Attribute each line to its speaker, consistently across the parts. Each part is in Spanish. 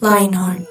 Speaker 1: Lionheart.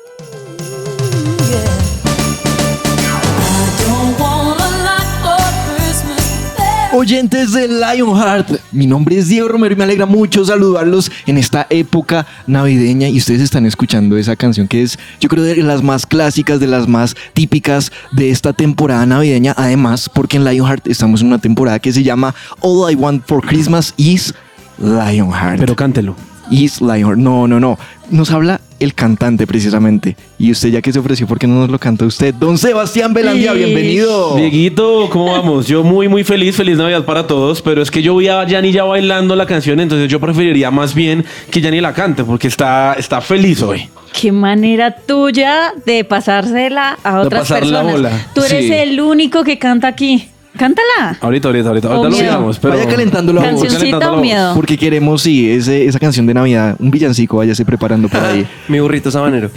Speaker 2: Oyentes de Lionheart, mi nombre es Diego Romero y me alegra mucho saludarlos en esta época navideña y ustedes están escuchando esa canción que es yo creo de las más clásicas, de las más típicas de esta temporada navideña, además porque en Lionheart estamos en una temporada que se llama All I Want for Christmas is Lionheart.
Speaker 3: Pero cántelo.
Speaker 2: Is Lionheart. No, no, no. Nos habla el cantante precisamente. Y usted ya que se ofreció, ¿por qué no nos lo canta usted? Don Sebastián Belandia,
Speaker 3: Y-
Speaker 2: bienvenido.
Speaker 3: Dieguito, ¿cómo vamos? Yo muy, muy feliz, feliz Navidad para todos, pero es que yo vi a Yanni ya bailando la canción, entonces yo preferiría más bien que Yanni la cante, porque está, está feliz hoy.
Speaker 4: Qué manera tuya de pasársela a
Speaker 3: De
Speaker 4: otras
Speaker 3: pasar la
Speaker 4: personas.
Speaker 3: bola.
Speaker 4: Tú eres
Speaker 3: Sí.
Speaker 4: el único que canta aquí. Cántala.
Speaker 3: Ahorita, ahorita, ahorita, ahorita
Speaker 4: Oh,
Speaker 3: lo
Speaker 4: miedo.
Speaker 3: miramos, pero...
Speaker 2: Vaya calentando la voz.
Speaker 3: Vaya calentando
Speaker 4: Cancioncita
Speaker 3: la
Speaker 4: o
Speaker 3: voz.
Speaker 4: miedo.
Speaker 2: Porque queremos, sí, ese- esa canción de Navidad, un villancico, váyase preparando por ahí.
Speaker 5: Mi burrito sabanero.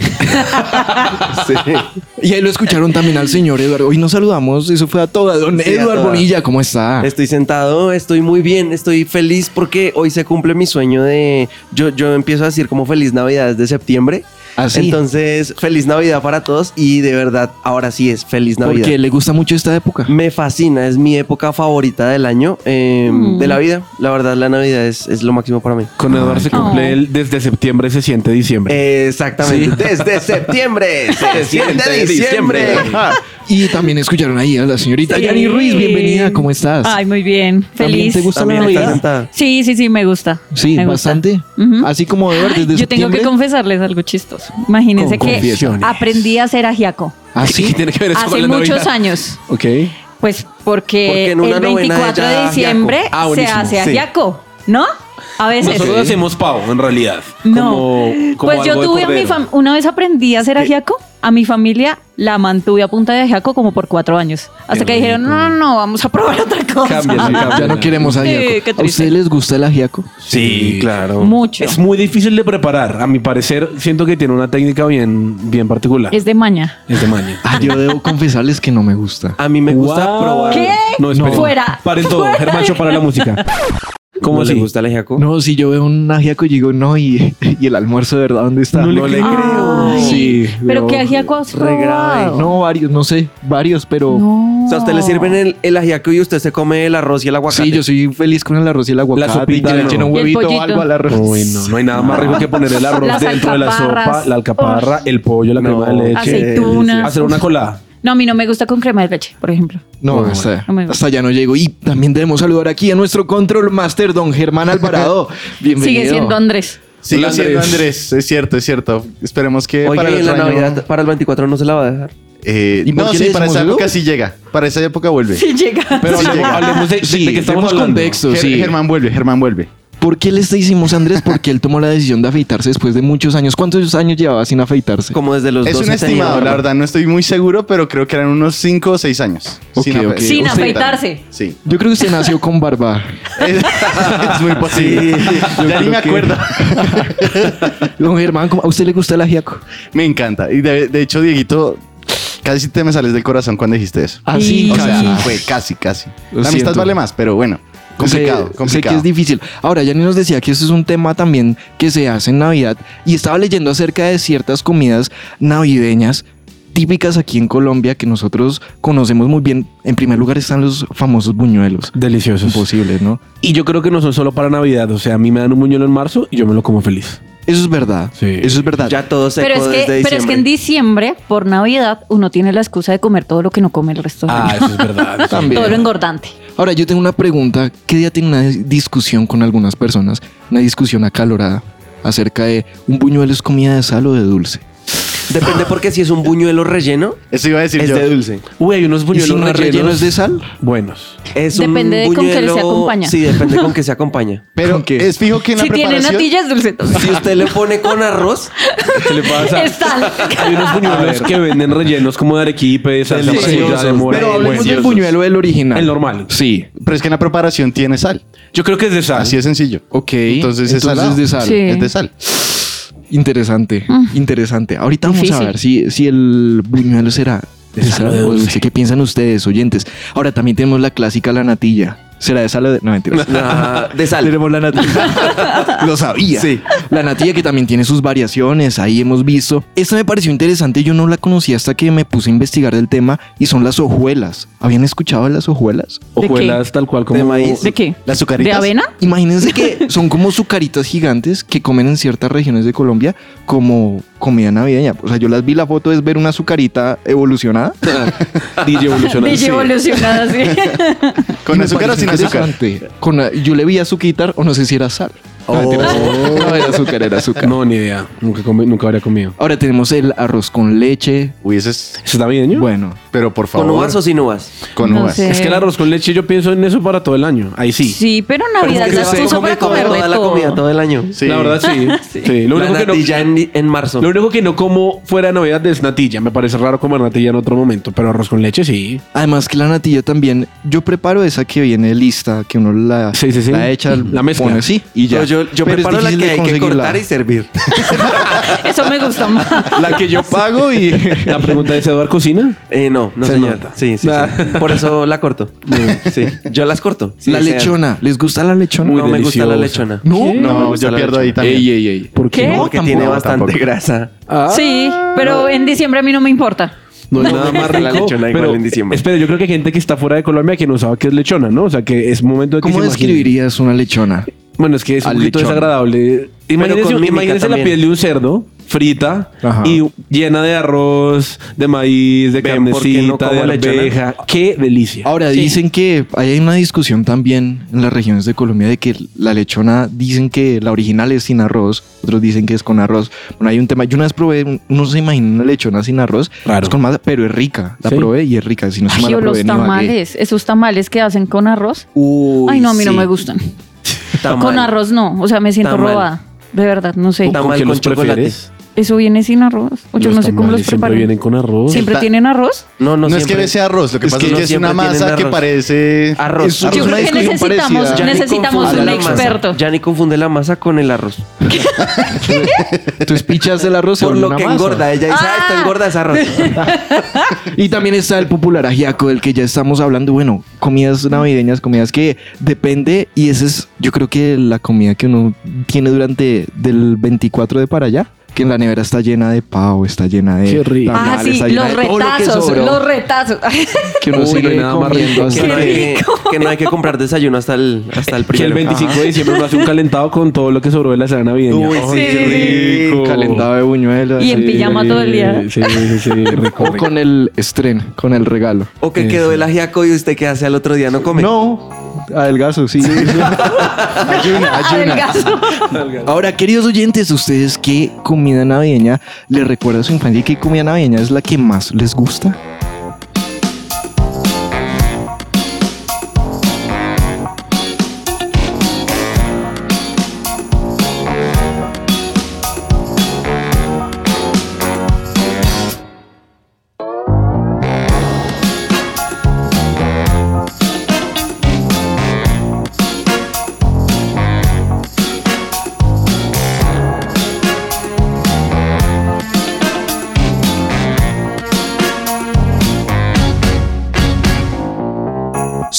Speaker 2: Y ahí lo escucharon también al señor Eduardo. Hoy nos saludamos, eso fue a toda. Don
Speaker 5: Sí, a
Speaker 2: Eduardo
Speaker 5: toda.
Speaker 2: Bonilla, ¿cómo está?
Speaker 5: Estoy sentado, estoy muy bien, estoy feliz porque hoy se cumple mi sueño de. Yo, yo empiezo a decir como feliz Navidad desde septiembre.
Speaker 2: ¿Ah, sí?
Speaker 5: Entonces, feliz Navidad para todos y de verdad, ahora sí es feliz Navidad.
Speaker 2: Porque le gusta mucho esta época.
Speaker 5: Me fascina, es mi época favorita del año, eh,
Speaker 4: Mm.
Speaker 5: de la vida. La verdad, la Navidad es, es lo máximo para mí.
Speaker 3: Con Eduardo se cumple
Speaker 4: Oh.
Speaker 3: el- desde septiembre se siente diciembre.
Speaker 2: Eh,
Speaker 5: Exactamente. Desde septiembre, se siente diciembre.
Speaker 2: Y también escucharon ahí a la señorita
Speaker 4: Sí.
Speaker 2: Yani Ah, Ruiz, bienvenida, ¿cómo estás?
Speaker 4: Ay, muy bien.
Speaker 2: ¿También
Speaker 4: Feliz.
Speaker 2: te gusta la
Speaker 5: También está
Speaker 2: Navidad?
Speaker 5: sentada.
Speaker 4: Sí, sí, sí, me gusta.
Speaker 2: Sí,
Speaker 4: Me gusta.
Speaker 2: bastante.
Speaker 4: Ujú.
Speaker 2: Así como Eduardo
Speaker 4: Ay,
Speaker 2: desde
Speaker 4: Yo tengo que
Speaker 2: septiembre.
Speaker 4: confesarles algo chistoso. Imagínense
Speaker 2: Con
Speaker 4: que
Speaker 2: confesiones.
Speaker 4: aprendí a hacer ajiaco
Speaker 2: Así
Speaker 3: ¿Qué tiene que ver eso con
Speaker 4: hace
Speaker 3: la Navidad?
Speaker 4: muchos años.
Speaker 3: Ok.
Speaker 4: Pues
Speaker 5: Porque
Speaker 4: porque,
Speaker 5: en una
Speaker 4: el
Speaker 5: novena
Speaker 4: 24
Speaker 5: ella
Speaker 4: de
Speaker 5: ajiaco.
Speaker 4: diciembre
Speaker 3: Ah,
Speaker 4: se
Speaker 3: buenísimo,
Speaker 4: hace
Speaker 5: sí.
Speaker 4: ajiaco, ¿no? A veces.
Speaker 3: Nosotros hacemos pavo, en realidad.
Speaker 4: No.
Speaker 3: Como- como
Speaker 4: pues yo
Speaker 3: algo de
Speaker 4: tuve a mi
Speaker 3: cordero.
Speaker 4: fam- una vez aprendí a hacer ajiaco, a mi familia la mantuve a punta de ajiaco como por cuatro años. Hasta que dijeron, no, no, no, vamos a probar otra cosa.
Speaker 3: Cambia, sí, cambia.
Speaker 2: Ah, Ya no queremos
Speaker 4: Sí,
Speaker 2: ajiaco.
Speaker 4: qué
Speaker 2: ¿A
Speaker 4: triste.
Speaker 2: ustedes les gusta el ajiaco?
Speaker 3: Sí, claro.
Speaker 4: Mucho.
Speaker 3: Es muy difícil de preparar. A mi parecer, siento que tiene una técnica bien, bien particular.
Speaker 4: Es de maña.
Speaker 3: El tamaño.
Speaker 2: Ah, yo debo confesarles que no me gusta.
Speaker 5: A mí me gusta
Speaker 3: Wow.
Speaker 5: probar.
Speaker 4: ¿Qué?
Speaker 3: No, esperen.
Speaker 4: Fuera.
Speaker 3: Paren todo.
Speaker 4: Fuera.
Speaker 3: Germancho, para la música. ¿Cómo
Speaker 5: ¿Cómo
Speaker 3: así?
Speaker 5: le gusta el ajiaco?
Speaker 2: No, si yo veo un ajiaco y digo, no, y, y el almuerzo, de verdad, ¿dónde está?
Speaker 3: No le
Speaker 2: No,
Speaker 3: creo.
Speaker 4: Ay,
Speaker 2: Sí,
Speaker 4: Pero
Speaker 2: no,
Speaker 4: qué ajiaco has
Speaker 5: regrave.
Speaker 4: probado?
Speaker 2: no, varios, no sé, varios, pero...
Speaker 4: No.
Speaker 5: O sea, a usted le sirven el, el ajiaco y usted se come el arroz y el aguacate.
Speaker 2: Sí, yo soy feliz con el arroz y el aguacate.
Speaker 3: La sopita,
Speaker 2: y le
Speaker 3: ¿no?
Speaker 2: echen un
Speaker 4: Y el
Speaker 2: huevito o
Speaker 4: pollito.
Speaker 2: algo al arroz.
Speaker 3: Uy, no, no hay nada más rico que poner el arroz
Speaker 4: Las
Speaker 3: dentro de la sopa,
Speaker 4: alcaparras.
Speaker 3: la alcaparra, el pollo, la
Speaker 5: No.
Speaker 3: crema de leche.
Speaker 4: Aceitunas.
Speaker 3: Hacer una colada.
Speaker 4: No, a mí no me gusta con crema de leche, por ejemplo.
Speaker 2: No, hasta,
Speaker 4: no me gusta.
Speaker 2: hasta ya no llego. Y también debemos saludar aquí a nuestro control master, don Germán Alvarado. Bienvenido.
Speaker 4: Sigue siendo Andrés.
Speaker 6: Sigue
Speaker 3: Hola,
Speaker 6: siendo
Speaker 3: Andrés.
Speaker 6: Andrés, es cierto, es cierto. Esperemos que
Speaker 5: Oye,
Speaker 6: para el
Speaker 5: ¿y la
Speaker 6: otro año-
Speaker 5: Navidad para el 24 no se la va a dejar.
Speaker 6: Eh,
Speaker 2: ¿Y por
Speaker 6: no,
Speaker 2: qué le
Speaker 6: sí, para
Speaker 2: decimos
Speaker 6: esa
Speaker 2: eso?
Speaker 6: época sí llega. Para esa época vuelve.
Speaker 4: Sí, llega.
Speaker 6: Pero
Speaker 3: Hablemos-
Speaker 6: llega.
Speaker 3: hablemos de, de-
Speaker 2: Sí,
Speaker 3: de qué estamos
Speaker 2: demos
Speaker 3: hablando.
Speaker 2: contexto,
Speaker 6: Ger-
Speaker 2: sí.
Speaker 6: Germán vuelve, Germán vuelve.
Speaker 2: ¿Por qué le hicimos Andrés? Porque él tomó la decisión de afeitarse después de muchos años. ¿Cuántos años llevaba sin afeitarse?
Speaker 5: Como desde los
Speaker 6: es
Speaker 5: 12
Speaker 6: un
Speaker 5: tenía
Speaker 6: estimado,
Speaker 5: barba.
Speaker 6: la verdad, no estoy muy seguro, pero creo que eran unos 5 o 6 años.
Speaker 2: Ok, ok.
Speaker 6: afe-
Speaker 4: Sin afeitarse.
Speaker 6: Sí.
Speaker 2: Yo creo que usted nació con barba.
Speaker 6: Es, es muy posible. ya ni me acuerdo.
Speaker 2: Don Germán, ¿cómo- ¿a usted le gusta el ajiaco?
Speaker 6: Me encanta. Y de, de hecho, Dieguito, casi te me sales del corazón cuando dijiste eso.
Speaker 2: Así,
Speaker 4: Sí.
Speaker 6: O sea,
Speaker 2: casi.
Speaker 6: fue casi, casi.
Speaker 2: Lo
Speaker 6: La amistad
Speaker 2: siento.
Speaker 6: vale más, pero bueno. Complicado,
Speaker 2: Sé- sé,
Speaker 6: complicado.
Speaker 2: que es difícil. Ahora, Yanni nos decía que eso es un tema también que se hace en Navidad y estaba leyendo acerca de ciertas comidas navideñas típicas aquí en Colombia que nosotros conocemos muy bien. En primer lugar están los famosos buñuelos.
Speaker 3: Deliciosos.
Speaker 2: Imposibles, ¿no?
Speaker 3: Pues Y yo creo que no son solo para Navidad. O sea, a mí me dan un buñuelo en marzo y yo me lo como feliz.
Speaker 2: Eso es verdad.
Speaker 3: Sí.
Speaker 2: Eso es verdad.
Speaker 5: Ya todo seco
Speaker 4: Pero es,
Speaker 5: desde
Speaker 4: que, pero es que en
Speaker 5: diciembre.
Speaker 4: diciembre, por Navidad, uno tiene la excusa de comer todo lo que no come el resto del
Speaker 3: Ah,
Speaker 4: año.
Speaker 3: eso es verdad. sí.
Speaker 2: También.
Speaker 4: Todo lo engordante.
Speaker 2: Ahora, yo tengo una pregunta que ya tengo una dis- discusión con algunas personas, una discusión acalorada acerca de un buñuelo es comida de sal o de dulce.
Speaker 5: Depende porque si es un buñuelo relleno,
Speaker 6: Eso iba a decir
Speaker 5: es
Speaker 6: yo.
Speaker 5: de dulce.
Speaker 3: Uy, hay unos
Speaker 2: ¿Y
Speaker 3: buñuelos
Speaker 2: si no es relleno
Speaker 3: rellenos
Speaker 2: es de sal?
Speaker 3: buenos.
Speaker 5: Es
Speaker 4: Depende de
Speaker 5: un
Speaker 4: con qué
Speaker 5: buñuelo-
Speaker 4: se acompaña.
Speaker 5: Sí, depende con qué se acompaña.
Speaker 6: Pero
Speaker 2: ¿Con qué?
Speaker 6: es fijo que en la
Speaker 4: Si tiene
Speaker 6: preparación...
Speaker 4: natillas, dulce.
Speaker 5: Si usted le pone con arroz,
Speaker 3: ¿Qué le pasa?
Speaker 4: Es sal.
Speaker 3: Hay unos buñuelos que venden rellenos como de arequipe, de salsa
Speaker 6: Deliciosos.
Speaker 3: amarilla, de mora.
Speaker 2: Pero hablemos del
Speaker 3: Deliciosos.
Speaker 2: buñuelo del original.
Speaker 3: El normal.
Speaker 2: Sí.
Speaker 6: Pero es que en la preparación tiene sal.
Speaker 3: Yo creo que es de sal.
Speaker 6: Así de sencillo.
Speaker 2: Ok.
Speaker 6: Entonces, es salado.
Speaker 2: Entonces de sal.
Speaker 4: Sí.
Speaker 6: Es de sal.
Speaker 2: Interesante, interesante. Ahorita vamos
Speaker 4: Difícil.
Speaker 2: a ver si, si el buñuelo será de sal o de dulce. ¿Qué piensan ustedes, oyentes? Ahora también tenemos la clásica, la natilla. ¿Será de sal o de...? No, mentiras.
Speaker 5: ah, de sal.
Speaker 2: Tenemos la natilla. Lo sabía.
Speaker 5: Sí.
Speaker 2: La natilla que también tiene sus variaciones, ahí hemos visto. Esta me pareció interesante, yo no la conocí hasta que me puse a investigar del tema y son las hojuelas. ¿Habían escuchado de las hojuelas?
Speaker 4: ¿De qué?
Speaker 3: Hojuelas tal cual como...
Speaker 5: ¿De maíz?
Speaker 4: ¿De qué?
Speaker 6: Las
Speaker 4: ¿De
Speaker 6: azucaritas.
Speaker 4: avena?
Speaker 2: Imagínense que son como sucaritas gigantes que comen en ciertas regiones de Colombia como comida navideña. O sea, yo las vi la foto es ver una azucarita evolucionada.
Speaker 3: DJ evolucionado.
Speaker 4: DJ evolucionada, sí.
Speaker 2: Y
Speaker 6: ¿Con
Speaker 2: me
Speaker 6: azúcar o
Speaker 2: pareció
Speaker 6: sin azúcar?
Speaker 2: interesante. Con la- yo le vi azúcar o no sé si era sal. No, mentiras. No, era azúcar, era azúcar.
Speaker 3: No, ni idea. Nunca, comi- nunca habría comido.
Speaker 2: Ahora tenemos el arroz con leche.
Speaker 6: Uy, eso es...
Speaker 3: ¿Eso está bien,
Speaker 2: Bueno,
Speaker 6: Pero por
Speaker 5: ¿Con
Speaker 6: favor.
Speaker 5: uvas o sin uvas?
Speaker 6: Con
Speaker 4: No
Speaker 6: uvas.
Speaker 4: sé.
Speaker 3: Es que el arroz con leche yo pienso en eso para todo el año. Ahí sí.
Speaker 4: Sí, pero Navidad
Speaker 5: Porque
Speaker 4: las
Speaker 5: se
Speaker 4: puso
Speaker 5: come
Speaker 4: para comer
Speaker 5: toda
Speaker 4: de
Speaker 5: la comida
Speaker 4: todo.
Speaker 5: todo el año.
Speaker 6: Sí.
Speaker 3: La verdad, sí. sí. Lo,
Speaker 5: La
Speaker 3: único que
Speaker 5: natilla
Speaker 3: no,
Speaker 5: en, en marzo.
Speaker 3: lo único que no como fuera de Navidad es natilla. Me parece raro comer natilla en otro momento, pero arroz con leche sí.
Speaker 2: además que la natilla también, yo preparo esa que viene lista, que uno la,
Speaker 3: Sí, sí, sí.
Speaker 2: la echa,
Speaker 3: La mezcla.
Speaker 2: pone así y ya.
Speaker 5: Pero yo yo
Speaker 2: Pero es
Speaker 5: preparo la
Speaker 2: difícil
Speaker 5: que
Speaker 2: de
Speaker 5: hay que
Speaker 2: conseguirla.
Speaker 5: cortar y servir.
Speaker 4: Eso me gusta más.
Speaker 2: La que yo pago y...
Speaker 3: La pregunta es, ¿Eduard cocina?
Speaker 5: Eh, no, no
Speaker 3: Se
Speaker 5: señor.
Speaker 3: nota.
Speaker 5: Sí, sí, sí. Por eso la corto. Sí. Yo las corto. Sí,
Speaker 2: la
Speaker 5: o sea,
Speaker 2: lechona. ¿Les gusta la lechona?
Speaker 3: Muy
Speaker 5: no me gusta la
Speaker 3: deliciosa.
Speaker 5: lechona.
Speaker 2: No,
Speaker 6: No, yo pierdo ahí también.
Speaker 2: Ey, ey, ey.
Speaker 3: ¿Por qué? Ah.
Speaker 4: ¿Qué?
Speaker 5: Porque tiene
Speaker 6: tampoco,
Speaker 5: bastante
Speaker 6: tampoco.
Speaker 5: grasa.
Speaker 4: Sí, pero en diciembre a mí no me importa.
Speaker 3: No hay nada más
Speaker 5: La
Speaker 3: rico.
Speaker 5: lechona igual
Speaker 3: pero,
Speaker 5: en diciembre.
Speaker 3: Espera, yo creo que hay gente que está fuera de Colombia que no sabe qué es lechona, ¿no? O sea, que es momento de que
Speaker 2: ¿Cómo
Speaker 3: se imaginen.
Speaker 2: describirías una lechona?
Speaker 3: Bueno, es que es un
Speaker 2: Al
Speaker 3: poquito
Speaker 2: lechón.
Speaker 3: desagradable.
Speaker 5: con
Speaker 3: Imagínense,
Speaker 5: mímica
Speaker 3: imagínense la
Speaker 5: también.
Speaker 3: piel de un cerdo frita
Speaker 2: Ajá.
Speaker 3: y llena de arroz, de maíz, de
Speaker 5: Ven, ¿por qué no
Speaker 3: carnecita, de
Speaker 5: como lechona?
Speaker 3: arveja. ¡Qué delicia!
Speaker 2: Ahora,
Speaker 3: Sí.
Speaker 2: dicen que hay una discusión también en las regiones de Colombia de que la lechona, dicen que la original es sin arroz, otros dicen que es con arroz. Bueno, hay un tema, yo una vez probé, un- uno se imagina una lechona sin arroz,
Speaker 3: Raro.
Speaker 2: es con masa, pero es rica, la
Speaker 3: Sí.
Speaker 2: probé y es rica, si no se me
Speaker 4: Ay,
Speaker 2: la
Speaker 4: o
Speaker 2: probé
Speaker 4: los
Speaker 2: en Ibagué.
Speaker 4: tamales. Esos tamales que hacen con arroz.
Speaker 5: Uy,
Speaker 4: Ay, no, a mí no
Speaker 5: sí.
Speaker 4: me gustan.
Speaker 5: Tamal.
Speaker 4: Con arroz no. O sea, me siento
Speaker 5: Tamal.
Speaker 4: robada. De verdad, no sé.
Speaker 5: Tamal.
Speaker 3: ¿Con qué
Speaker 5: con
Speaker 3: los
Speaker 5: chocolate.
Speaker 3: prefieres?
Speaker 4: Eso viene sin arroz. O yo no sé cómo los
Speaker 3: tamales siempre
Speaker 4: preparan.
Speaker 3: vienen
Speaker 4: ¿Siempre,
Speaker 3: con arroz.
Speaker 6: El ta-
Speaker 4: tienen arroz?
Speaker 5: No, no,
Speaker 6: No, es que
Speaker 5: siempre.
Speaker 6: ese arroz, lo que
Speaker 5: Es
Speaker 6: pasa
Speaker 5: que
Speaker 6: es
Speaker 5: no
Speaker 6: que es
Speaker 5: siempre
Speaker 6: una
Speaker 5: tienen
Speaker 6: masa que
Speaker 5: arroz.
Speaker 6: parece...
Speaker 5: Arroz.
Speaker 6: Arroz,
Speaker 4: Yo
Speaker 6: una
Speaker 4: creo que
Speaker 6: discusión
Speaker 4: necesitamos-
Speaker 6: parecida.
Speaker 5: Ya ni
Speaker 4: necesitamos
Speaker 5: confunde
Speaker 4: un
Speaker 5: la masa.
Speaker 4: experto.
Speaker 5: Ya ni confunde la masa con el arroz.
Speaker 2: Entonces pichas el arroz se
Speaker 5: Por
Speaker 2: vuelve
Speaker 5: lo
Speaker 2: una
Speaker 5: que
Speaker 2: masa.
Speaker 5: engorda. Ella dice, ah, esto engorda ese arroz.
Speaker 2: Y también está el popular ajiaco del que ya estamos hablando. Bueno, comidas navideñas, comidas que depende. Y esa es, yo creo que la comida que uno tiene durante del 24 de para allá. Que en la nevera está llena de pavo, está llena de.
Speaker 3: Qué rico.
Speaker 4: Ah,
Speaker 2: tamales,
Speaker 4: sí,
Speaker 2: está llena
Speaker 4: los
Speaker 2: de todo lo que
Speaker 4: retazos,
Speaker 2: sobró,
Speaker 4: los retazos.
Speaker 2: Que uno
Speaker 3: Uy, no hay
Speaker 2: sigue
Speaker 3: nada más
Speaker 2: comiendo
Speaker 3: rico.
Speaker 2: hasta
Speaker 5: que, no hay
Speaker 2: que-
Speaker 5: que, que no hay que comprar desayuno hasta el, hasta el
Speaker 3: Que el
Speaker 5: primero.
Speaker 3: 25 de diciembre uno hace un calentado con todo lo que sobró de la cena navideña.
Speaker 5: Uy,
Speaker 3: Ay,
Speaker 5: sí,
Speaker 3: qué
Speaker 5: sí,
Speaker 3: rico.
Speaker 2: Calentado de buñuelos.
Speaker 4: Y en
Speaker 2: así,
Speaker 4: pijama todo el día.
Speaker 3: Sí, sí, sí, rico.
Speaker 2: O con el estreno, con el regalo.
Speaker 5: O que quedó el ajiaco y usted qué hace al otro día, no come.
Speaker 2: No, adelgazo, sí. ayuna, ayuna.
Speaker 4: Adelgazo.
Speaker 2: Ahora, queridos oyentes, ¿ustedes qué comida navideña les recuerda a su infancia y qué comida navideña es la que más les gusta?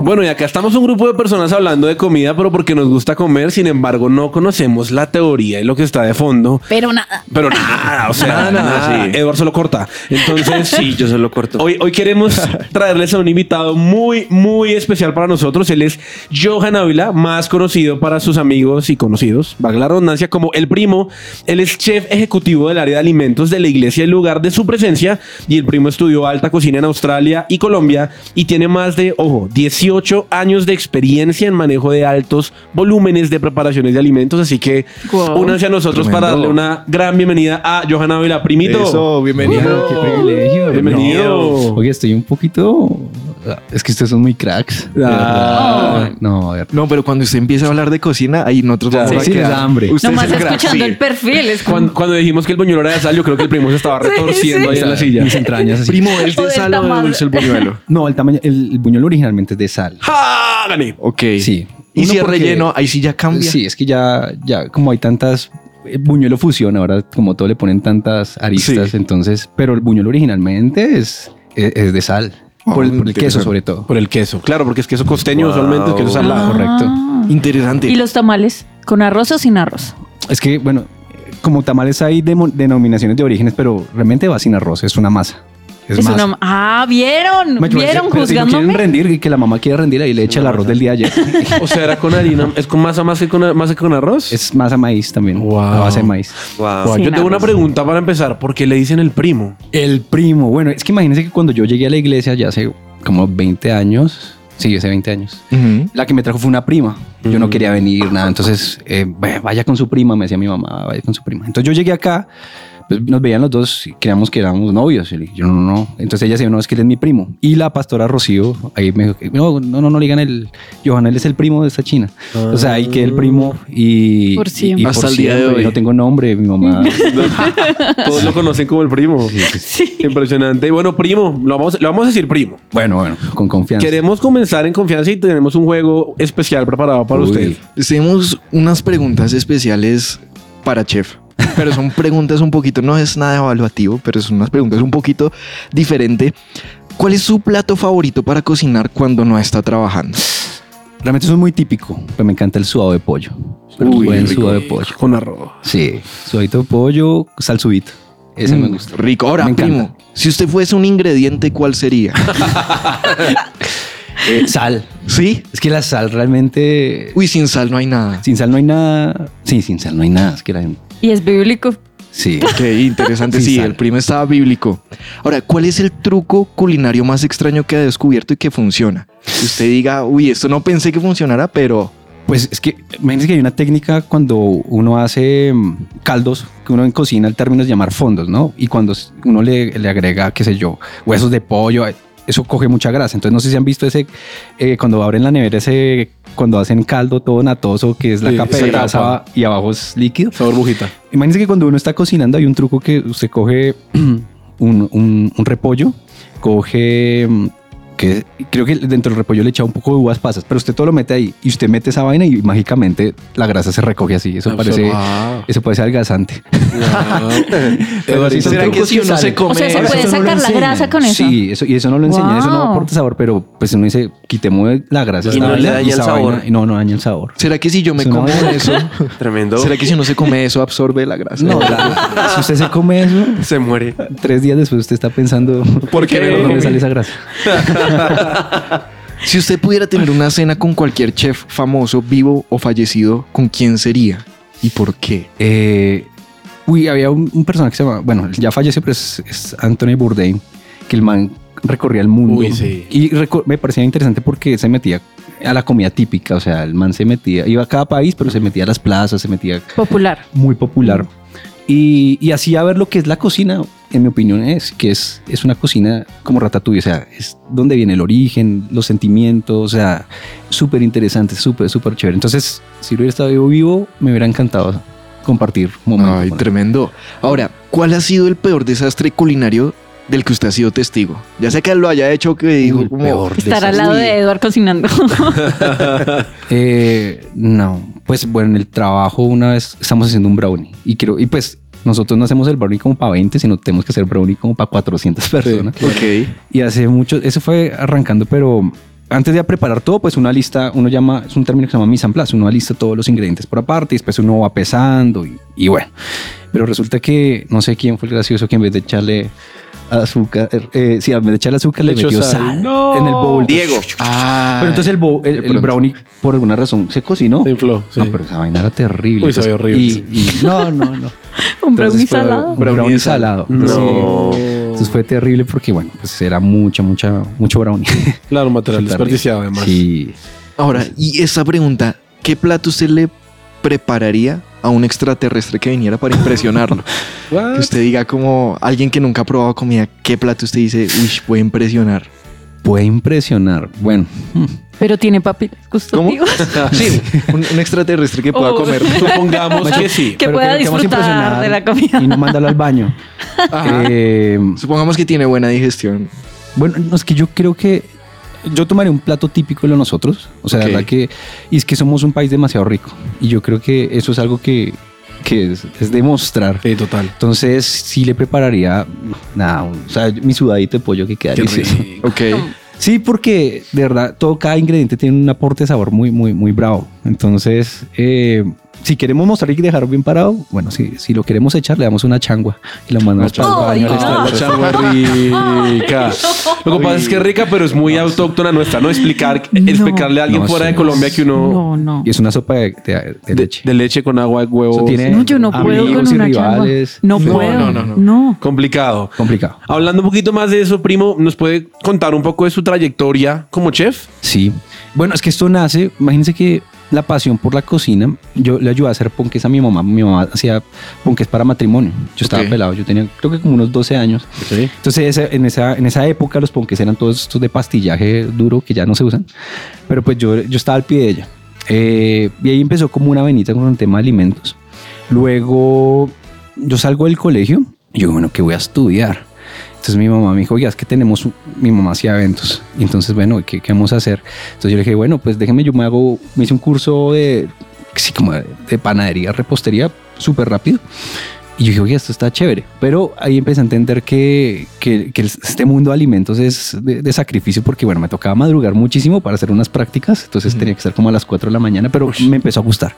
Speaker 3: Bueno, y acá estamos un grupo de personas hablando de comida, pero porque nos gusta comer, sin embargo, no conocemos la teoría y lo que está de fondo.
Speaker 4: Pero nada.
Speaker 3: Pero
Speaker 7: Ah,
Speaker 3: nada, o sea,
Speaker 5: Nada,
Speaker 3: nada,
Speaker 5: nada.
Speaker 3: Eduardo se lo corta. Entonces,
Speaker 5: Sí, yo se lo corto.
Speaker 3: Hoy, hoy queremos traerles a un invitado muy, muy especial para nosotros. Él es Johan Ávila, más conocido para sus amigos y conocidos, valga la redundancia, como el primo. Él es chef ejecutivo del área de alimentos de la iglesia, el lugar de su presencia. Y el primo estudió alta cocina en Australia y Colombia y tiene más de, ojo, 18 18 años de experiencia en manejo de altos volúmenes de preparaciones de alimentos. Así que
Speaker 4: Guau.
Speaker 3: únanse a nosotros
Speaker 2: Tremendo.
Speaker 3: para darle una gran bienvenida a Johanna Vila. Primito.
Speaker 8: Eso, bienvenido.
Speaker 3: Uh,
Speaker 8: qué privilegio.
Speaker 3: bienvenido.
Speaker 8: No. Oye, estoy un poquito. Es que ustedes son muy cracks. de
Speaker 3: Ah.
Speaker 8: verdad. No, de verdad.
Speaker 2: No, pero cuando usted empieza a hablar de cocina, ahí nosotros vamos
Speaker 8: Sí,
Speaker 2: a
Speaker 8: sí, les
Speaker 2: quedar.
Speaker 8: da hambre.
Speaker 6: Usted
Speaker 4: Nomás
Speaker 6: es el crack,
Speaker 4: escuchando
Speaker 6: sí.
Speaker 4: el perfil. Es como
Speaker 3: Cuando, cuando dijimos que el buñuelo era de sal, yo creo que el primo se estaba
Speaker 4: Sí,
Speaker 3: retorciendo
Speaker 4: sí.
Speaker 3: ahí en la silla.
Speaker 8: Mis entrañas así.
Speaker 2: Primo, ¿es
Speaker 4: O
Speaker 2: de
Speaker 4: del
Speaker 2: sal o de
Speaker 4: tamal.
Speaker 2: dulce el buñuelo?
Speaker 8: No, el tamaño, el, el buñuelo originalmente es de sal.
Speaker 3: ¡Ja! Gané.
Speaker 2: Ok.
Speaker 8: Sí.
Speaker 2: Y
Speaker 8: Uno
Speaker 2: si es
Speaker 8: porque-
Speaker 2: relleno, ahí sí ya
Speaker 3: Ah,
Speaker 2: cambia.
Speaker 8: Sí, es que ya, ya como hay tantas. el buñuelo fusión, ahora como todo le ponen tantas aristas, entonces. Pero el buñuelo originalmente es, es, es de sal. por el, por el queso, sobre todo.
Speaker 3: Por el queso. Claro, porque es queso costeño usualmente, es queso salado.
Speaker 8: correcto.
Speaker 2: Interesante.
Speaker 4: Ah. ¿Y los tamales? ¿Con arroz o sin arroz?
Speaker 8: Es que, bueno, como tamales hay demo- denominaciones de orígenes, pero realmente va sin arroz, es una masa. Es,
Speaker 4: Es
Speaker 8: masa.
Speaker 4: una- Ah, vieron.
Speaker 8: Me parece-
Speaker 4: Vieron
Speaker 8: pero si no quieren
Speaker 4: juzgándome.
Speaker 8: rendir y que la mamá quiera rendir, ahí le echa el arroz del día de ayer.
Speaker 3: O sea, era con harina. ¿Es con masa más que con, más que con arroz?
Speaker 8: es masa maíz también.
Speaker 3: Wow.
Speaker 8: A base de maíz.
Speaker 5: Wow.
Speaker 3: Guau,
Speaker 4: Sin
Speaker 3: yo tengo una
Speaker 4: arroz.
Speaker 3: pregunta para empezar. ¿Por qué le dicen el primo?
Speaker 8: El primo. Bueno, es que imagínense que cuando yo llegué a la iglesia ya hace como 20 años. Sí, hace 20 años.
Speaker 2: Ujú.
Speaker 8: La que me trajo fue una prima. Yo no quería venir, nada. Entonces, eh, "Ve, vaya con su prima, me decía mi mamá, vaya con su prima. Entonces yo llegué acá, pues, nos veían los dos y creíamos que éramos novios. Y le dije, yo no, no, no. Entonces ella decía, no, es que él es mi primo. Y la pastora Rocío, ahí me dijo, no, no, no, no le digan el, Johanna, él es el primo de esta china. O sea, ahí que el primo y...
Speaker 4: Por
Speaker 8: y-
Speaker 4: siempre.
Speaker 8: y por
Speaker 2: Hasta el día de
Speaker 8: siempre.
Speaker 2: hoy.
Speaker 8: No tengo nombre, mi mamá.
Speaker 3: Todos lo conocen como el primo. Impresionante. Bueno, primo, lo vamos, lo vamos a decir primo.
Speaker 8: bueno, bueno, con confianza.
Speaker 3: Queremos comenzar en confianza y tenemos un juego especial preparado para
Speaker 8: Uy.
Speaker 3: usted.
Speaker 2: Hacemos unas preguntas especiales para Chef. Pero son preguntas un poquito, no es nada evaluativo, pero son unas preguntas un poquito diferente. ¿Cuál es su plato favorito para cocinar cuando no está trabajando?
Speaker 8: Realmente eso es muy típico, pero me encanta el sudado de pollo.
Speaker 2: Uy,
Speaker 8: Uy, buen
Speaker 2: rico.
Speaker 8: sudado de pollo.
Speaker 3: Con arroz.
Speaker 8: Sí, sudadito de pollo, salsudito. Ese me
Speaker 2: Mm,
Speaker 8: gusta.
Speaker 2: Rico. Ahora,
Speaker 8: Me encanta.
Speaker 2: primo, si usted fuese un ingrediente, ¿cuál sería?
Speaker 8: Eh, sal.
Speaker 2: ¿Sí?
Speaker 8: Es que la sal realmente.
Speaker 2: Uy, sin sal no hay nada.
Speaker 8: Sin sal no hay nada. Sí, sin sal no hay nada. Es que la.
Speaker 4: Y es bíblico.
Speaker 8: Sí.
Speaker 2: Qué interesante.
Speaker 8: Sin
Speaker 2: sí,
Speaker 8: sal.
Speaker 2: el primo estaba bíblico. Ahora, ¿cuál es el truco culinario más extraño que ha descubierto y que funciona? Que usted diga, uy, esto no pensé que funcionara, pero
Speaker 8: Pues es que, imagínense que hay una técnica cuando uno hace mm, caldos, que uno en cocina el término es llamar fondos, ¿no? Y cuando s- uno le, le agrega, qué sé yo, huesos de pollo, eh, eso coge mucha grasa. Entonces no sé si han visto ese, eh, cuando abren la nevera, ese, cuando hacen caldo todo natoso, que es la
Speaker 3: Sí,
Speaker 8: capa
Speaker 3: se
Speaker 8: de grasa
Speaker 3: tapa.
Speaker 8: y abajo es líquido.
Speaker 3: Esa burbujita.
Speaker 8: Imagínense que cuando uno está cocinando hay un truco que usted coge un, un- un repollo, coge mm, que creo que dentro del repollo le echa un poco de uvas pasas, pero usted todo lo mete ahí y usted mete esa vaina y mágicamente la grasa se recoge así. Eso parece eso puede ser algasante.
Speaker 3: Eduardo,
Speaker 8: sí son
Speaker 2: ¿será que
Speaker 8: trucos
Speaker 2: si uno
Speaker 8: salen.
Speaker 2: se come?
Speaker 4: O sea, se
Speaker 8: Ahora,
Speaker 4: puede
Speaker 8: eso no lo
Speaker 4: sacar la
Speaker 8: enseñan.
Speaker 4: grasa con eso.
Speaker 8: Sí, eso, y eso no lo enseñan, eso no
Speaker 4: Wow.
Speaker 8: aporta sabor, pero pues uno dice, quitemos la grasa.
Speaker 5: Y
Speaker 8: esta
Speaker 5: no le
Speaker 8: vaina
Speaker 5: daña el
Speaker 8: esa vaina,
Speaker 5: sabor.
Speaker 8: y no, no daña el sabor.
Speaker 2: ¿será que si yo me
Speaker 8: Suena
Speaker 2: como
Speaker 8: bien.
Speaker 2: eso?
Speaker 5: Tremendo.
Speaker 2: ¿Será que si uno se come eso absorbe la grasa?
Speaker 8: No, la- si usted se come eso,
Speaker 5: Se muere.
Speaker 8: tres días después usted está pensando,
Speaker 3: ¿Por qué me lo
Speaker 8: ¿Dónde
Speaker 3: comí?
Speaker 8: sale esa grasa?
Speaker 2: Si usted pudiera tener una cena con cualquier chef famoso, vivo o fallecido, ¿con quién sería? ¿Y por qué?
Speaker 8: Eh, uy, había un, un personaje que se llama, bueno, ya falleció, pero es, es Anthony Bourdain, que el man recorría el mundo.
Speaker 3: Uy, sí.
Speaker 8: Y reco- me parecía interesante porque se metía a la comida típica, o sea, el man se metía, iba a cada país, pero se metía a las plazas, se metía
Speaker 4: Popular.
Speaker 8: muy popular. Y, y hacía ver lo que es la cocina, en mi opinión, es que es, es una cocina como ratatouille, o sea, es donde viene el origen, los sentimientos, o sea, súper interesante, súper, súper chévere. Entonces, si lo hubiera estado yo vivo, me hubiera encantado compartir momentos.
Speaker 2: Ay,
Speaker 8: con él.
Speaker 2: tremendo. Ahora, ¿cuál ha sido el peor desastre culinario del que usted ha sido testigo? Ya sea que lo haya hecho, que dijo
Speaker 8: Uy, el
Speaker 2: como...
Speaker 8: peor
Speaker 4: Estar al
Speaker 8: desastre.
Speaker 4: lado de Eduard cocinando.
Speaker 8: Eh, no, pues bueno, en el trabajo una vez estamos haciendo un brownie y quiero, y pues nosotros no hacemos el brownie como para 20, sino tenemos que hacer brownie como para 400 personas.
Speaker 2: Ok.
Speaker 8: Y hace mucho, eso fue arrancando, pero antes de preparar todo, pues una lista, uno llama, es un término que se llama mise en place, uno lista todos los ingredientes por aparte y después uno va pesando y, y bueno. Pero resulta que no sé quién fue el gracioso que en vez de echarle azúcar, eh, eh, sí, en vez de echarle azúcar le,
Speaker 3: Le echó
Speaker 8: metió
Speaker 3: sal.
Speaker 8: sal,
Speaker 3: ¡No!
Speaker 8: en el bowl.
Speaker 5: Diego.
Speaker 2: Ah,
Speaker 8: Pero entonces el, bo- el- el brownie, por alguna razón, se cocinó.
Speaker 3: Se infló, sí.
Speaker 8: No, Ah, pero esa vaina era terrible.
Speaker 3: Uy, sabía horrible,
Speaker 8: Y, y- no, no, no.
Speaker 4: Un brownie
Speaker 8: Entonces fue
Speaker 4: salado.
Speaker 8: Un brownie salado.
Speaker 5: No.
Speaker 8: Sí. Entonces fue terrible porque, bueno, pues era mucha, mucha, mucho brownie.
Speaker 3: Claro, material
Speaker 8: Tarde.
Speaker 3: desperdiciado además.
Speaker 8: Sí.
Speaker 2: Ahora, y esa pregunta, ¿qué plato usted le prepararía a un extraterrestre que viniera para impresionarlo?
Speaker 3: Ah,
Speaker 2: que usted diga como alguien que nunca ha probado comida, ¿qué plato usted dice, uy, puede impresionar?
Speaker 8: Puede impresionar. Bueno, hmm,
Speaker 4: Pero tiene papilas gustativas.
Speaker 2: Sí, un, un extraterrestre que pueda
Speaker 4: Oh.
Speaker 2: comer.
Speaker 3: Supongamos que sí.
Speaker 4: Que
Speaker 8: pero
Speaker 4: pueda
Speaker 8: creo que vamos a
Speaker 4: disfrutar
Speaker 8: impresionar
Speaker 4: de la comida.
Speaker 8: y no mandarlo al baño. Eh,
Speaker 2: Supongamos que tiene buena digestión.
Speaker 8: bueno, no, es que yo creo que yo tomaré un plato típico de nosotros. O sea, la
Speaker 2: Ok.
Speaker 8: verdad que. Y es que somos un país demasiado rico. Y yo creo que eso es algo que, que es, es demostrar.
Speaker 3: Sí, total.
Speaker 8: Entonces, sí le prepararía. Nada, un- o sea, mi sudadito de pollo que queda
Speaker 3: Qué
Speaker 8: delicioso.
Speaker 3: rico.
Speaker 2: Ok.
Speaker 8: Sí, porque de verdad, todo cada ingrediente tiene un aporte de sabor muy, muy, muy bravo. Entonces, eh, si queremos mostrar y dejarlo bien parado, bueno, si, si lo queremos echar, le damos una changua y la mandamos para el
Speaker 4: changua.
Speaker 8: baño.
Speaker 4: Ay,
Speaker 8: al
Speaker 4: no.
Speaker 3: La
Speaker 8: exterior.
Speaker 3: changua rica. Ah. Lo que pasa es que es rica, pero es muy autóctona nuestra. No explicar, explicarle a alguien
Speaker 8: No,
Speaker 3: fuera
Speaker 8: sí,
Speaker 3: de Colombia que uno
Speaker 4: No, no.
Speaker 8: Y es una sopa de, de- de
Speaker 3: de,
Speaker 8: leche.
Speaker 3: de leche con agua de huevo.
Speaker 8: Eso tiene
Speaker 4: No, yo no puedo
Speaker 8: amigos
Speaker 4: con
Speaker 8: y
Speaker 4: una changua.
Speaker 8: rivales.
Speaker 4: No
Speaker 8: Sí.
Speaker 4: puedo. No,
Speaker 2: no, no.
Speaker 3: Complicado.
Speaker 8: Complicado.
Speaker 3: Hablando un poquito más de eso, primo, ¿nos puede contar un poco de su trayectoria como chef?
Speaker 8: Sí. Bueno, es que esto nace, imagínense que la pasión por la cocina, yo le ayudé a hacer ponques a mi mamá. Mi mamá hacía ponques para matrimonio. Yo estaba
Speaker 2: Ok.
Speaker 8: pelado, yo tenía creo que como unos 12 años. Entonces ese- en, esa, en esa época los ponques eran todos estos de pastillaje duro que ya no se usan. Pero pues yo, yo estaba al pie de ella. Eh, y ahí empezó como una venita con el tema de alimentos. Luego yo salgo del colegio y yo, bueno, que voy a estudiar. Entonces mi mamá me dijo, oiga, es que tenemos, un-". mi mamá hacía eventos. Y entonces, bueno, ¿qué, qué vamos a hacer? Entonces yo le dije, bueno, pues déjeme, yo me hago, me hice un curso de, sí, como de, de panadería, repostería, súper rápido. Y yo dije, oye, esto está chévere. Pero ahí empecé a entender que, que- que este mundo de alimentos es de, de sacrificio porque, bueno, me tocaba madrugar muchísimo para hacer unas prácticas. Entonces tenía que estar como a las 4 de la mañana, pero me empezó a gustar.